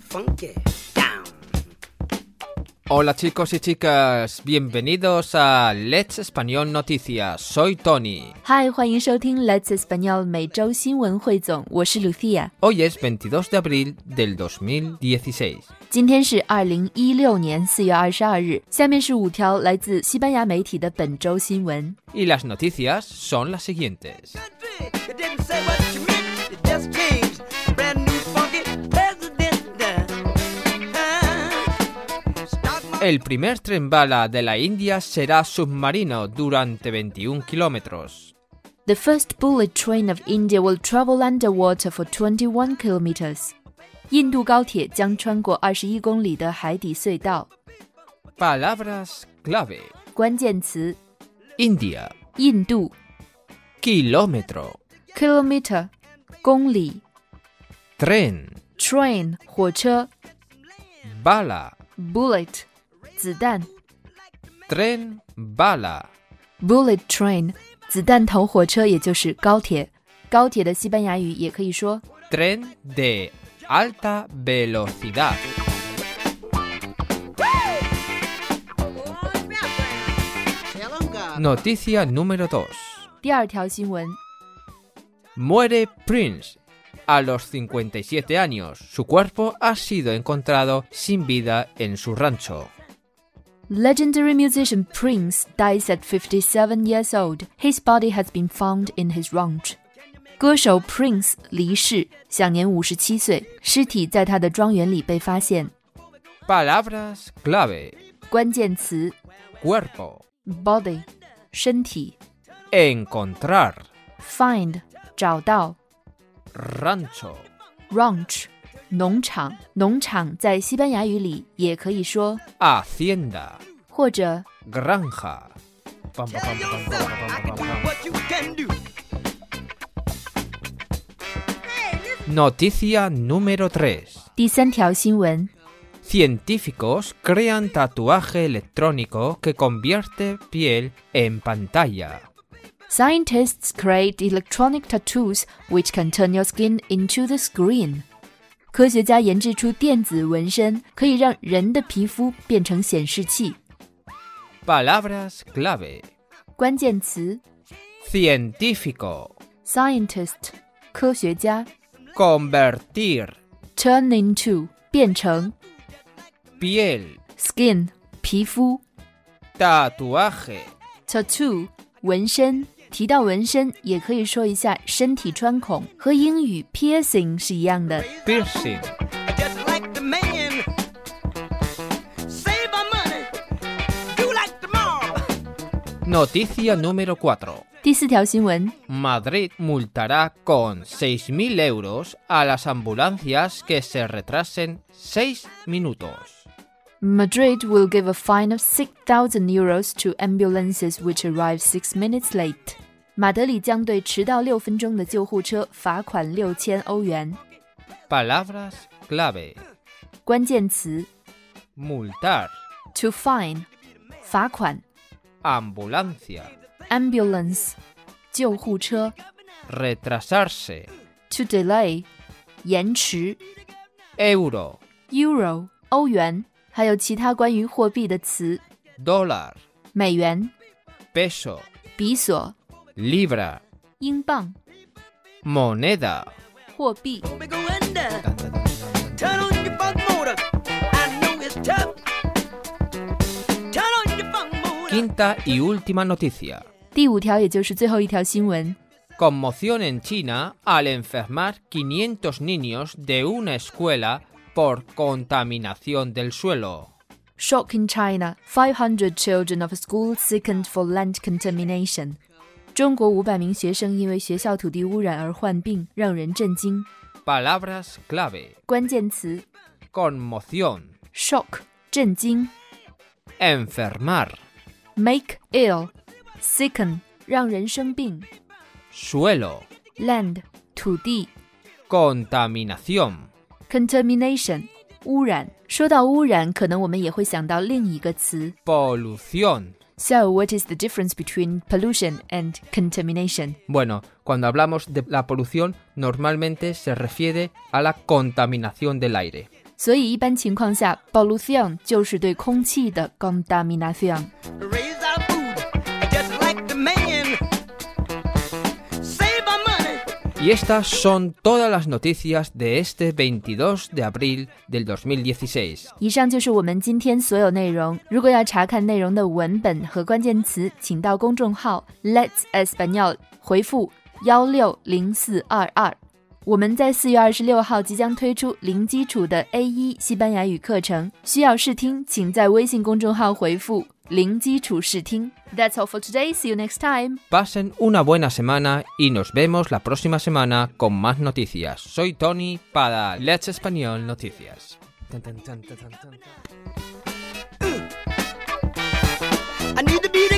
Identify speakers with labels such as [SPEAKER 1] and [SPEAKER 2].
[SPEAKER 1] funky down.
[SPEAKER 2] Hola chicos y chicas, bienvenidos a Let's Español Noticias. Soy Tony.
[SPEAKER 3] 嗨，欢迎收听 Let's Español 每周新闻汇总，我是 Lucia。
[SPEAKER 2] Hoy es 22 de abril del 2016.
[SPEAKER 3] 今天是二零一六年四月二十二日，下面是五条来自西班牙媒体的本周新闻。
[SPEAKER 2] Y las noticias son las siguientes.
[SPEAKER 1] You didn't say what you meant, it just changed. Brand new funky president. Huh? Stock market-
[SPEAKER 2] El primer tren bala de la India será submarino durante 21 kilómetros.
[SPEAKER 3] The first bullet train of India will travel underwater for 21 kilometers. 印度高铁将穿过二十一公里的海底隧道。
[SPEAKER 2] Palabras clave.
[SPEAKER 3] 关键词：
[SPEAKER 2] India.
[SPEAKER 3] 印度
[SPEAKER 2] Kilómetro.
[SPEAKER 3] kilometer 公里
[SPEAKER 2] Tren.
[SPEAKER 3] train 火车
[SPEAKER 2] Bala.
[SPEAKER 3] bullet 子弹
[SPEAKER 2] Tren bala.
[SPEAKER 3] bullet train 子弹头火车，也就是高铁。高铁的西班牙语也可以说
[SPEAKER 2] Tren de alta velocidad.
[SPEAKER 1] Tell 'em God.
[SPEAKER 2] Noticia número 2.
[SPEAKER 3] 第二条新闻。
[SPEAKER 2] Muere Prince. A los 57 años, su cuerpo ha sido encontrado sin vida en su rancho.
[SPEAKER 3] Legendary musician Prince dies at 57 years old. His body has been found in his ranch. 歌手 Prince 离世，享年五十七岁，尸体在他的庄园里被发现。
[SPEAKER 2] Palabras clave.
[SPEAKER 3] 关键词
[SPEAKER 2] Cuerpo.
[SPEAKER 3] body 身体
[SPEAKER 2] Encontrar.
[SPEAKER 3] find 找到
[SPEAKER 2] Rancho.
[SPEAKER 3] ranch 农场。农场在西班牙语里也可以说，
[SPEAKER 2] Hacienda.
[SPEAKER 3] 或者
[SPEAKER 2] Granja. Pam,
[SPEAKER 1] Tell
[SPEAKER 2] pam, pam, pam, pam,
[SPEAKER 1] yourself I can
[SPEAKER 2] pam, pam,
[SPEAKER 1] do
[SPEAKER 2] pam,
[SPEAKER 1] what you can do.
[SPEAKER 2] pam. Noticia número 3.
[SPEAKER 3] 第三条新闻。
[SPEAKER 2] Científicos crean tatuaje electrónico que convierte piel en pantalla.
[SPEAKER 3] Scientists create electronic tattoos which can turn your skin into the screen. 科学家研制出电子纹身，可以让人的皮肤变成显示器。
[SPEAKER 2] Palabras clave.
[SPEAKER 3] 关键词
[SPEAKER 2] Científico.
[SPEAKER 3] scientist 科学家
[SPEAKER 2] Convertir
[SPEAKER 3] turn into 变成
[SPEAKER 2] piel,
[SPEAKER 3] skin 皮肤
[SPEAKER 2] tatuaje,
[SPEAKER 3] tattoo 纹身。提到纹身，也可以说一下身体穿孔，和英语 piercing 是一样的。
[SPEAKER 2] piercing,
[SPEAKER 1] Just like the man. Save my money. Do like the mob.
[SPEAKER 2] Noticia número 4.
[SPEAKER 3] 第四条新闻，
[SPEAKER 2] Madrid multará con 6.000 euros a las ambulancias que se retrasen 6 minutos.
[SPEAKER 3] Madrid will give a fine of 6,000 euros to ambulances which arrive six minutes late. 马德里将对迟到六分钟的救护车罚款六千欧元。
[SPEAKER 2] Palabras clave.
[SPEAKER 3] 关键词
[SPEAKER 2] Multar,
[SPEAKER 3] to fine，罚款
[SPEAKER 2] ambulancia,
[SPEAKER 3] ambulance，救护车
[SPEAKER 2] retrasarse,
[SPEAKER 3] to delay，延迟
[SPEAKER 2] euro,
[SPEAKER 3] euro 欧元，还有其他关于货币的词，
[SPEAKER 2] dólar,
[SPEAKER 3] 美元、
[SPEAKER 2] peso,
[SPEAKER 3] 比索、
[SPEAKER 2] libra,
[SPEAKER 3] 英镑、
[SPEAKER 2] moneda.
[SPEAKER 3] 货币。
[SPEAKER 1] Hope it go under. Turn on your funk motor. I know it's tough. Turn on your funk motor.
[SPEAKER 2] Quinta y última noticia.
[SPEAKER 3] 第五条，也就是最后一条新闻。
[SPEAKER 2] Conmoción en China al enfermar 500 niños de una escuela por contaminación del suelo.
[SPEAKER 3] Shock in China, 500 children of a school sickened for land contamination. 中国五百名学生因为学校土地污染而患病，让人震惊。
[SPEAKER 2] Palabras clave.
[SPEAKER 3] 关键词
[SPEAKER 2] Conmoción.
[SPEAKER 3] shock 震惊
[SPEAKER 2] Enfermar.
[SPEAKER 3] ，make ill sicken 让人生病
[SPEAKER 2] Suelo.
[SPEAKER 3] ，land 土地
[SPEAKER 2] Contaminación.
[SPEAKER 3] contamination 污染。说到污染，可能我们也会想到另一个词。
[SPEAKER 2] Polución.
[SPEAKER 3] So what is the difference between pollution and contamination?
[SPEAKER 2] Bueno, cuando hablamos de la polución normalmente se refiere a la contaminación del aire.
[SPEAKER 3] 所以一般情况下 b o l u t h i o n 就是对空气的 contamination。
[SPEAKER 1] Raise our food, just like the man. Save our money.
[SPEAKER 2] Y estas son todas las noticias de este 22 de abril del 2016.
[SPEAKER 3] 以上就是我们今天所有内容。如果要查看内容的文本和关键词，请到公众号 Let's Espanol 回复幺六零四二二。我们在四月二十六号即将推出零基础的 A 一西班牙语课程，需要试听，请在微信公众号回复“零基础试听”。That's all for today. See you next time.
[SPEAKER 2] Pasen una buena semana y nos vemos la próxima semana con más noticias. Soy Tony para Let's Español Noticias. Tan, tan, tan, tan, tan, tan.
[SPEAKER 1] I need to be the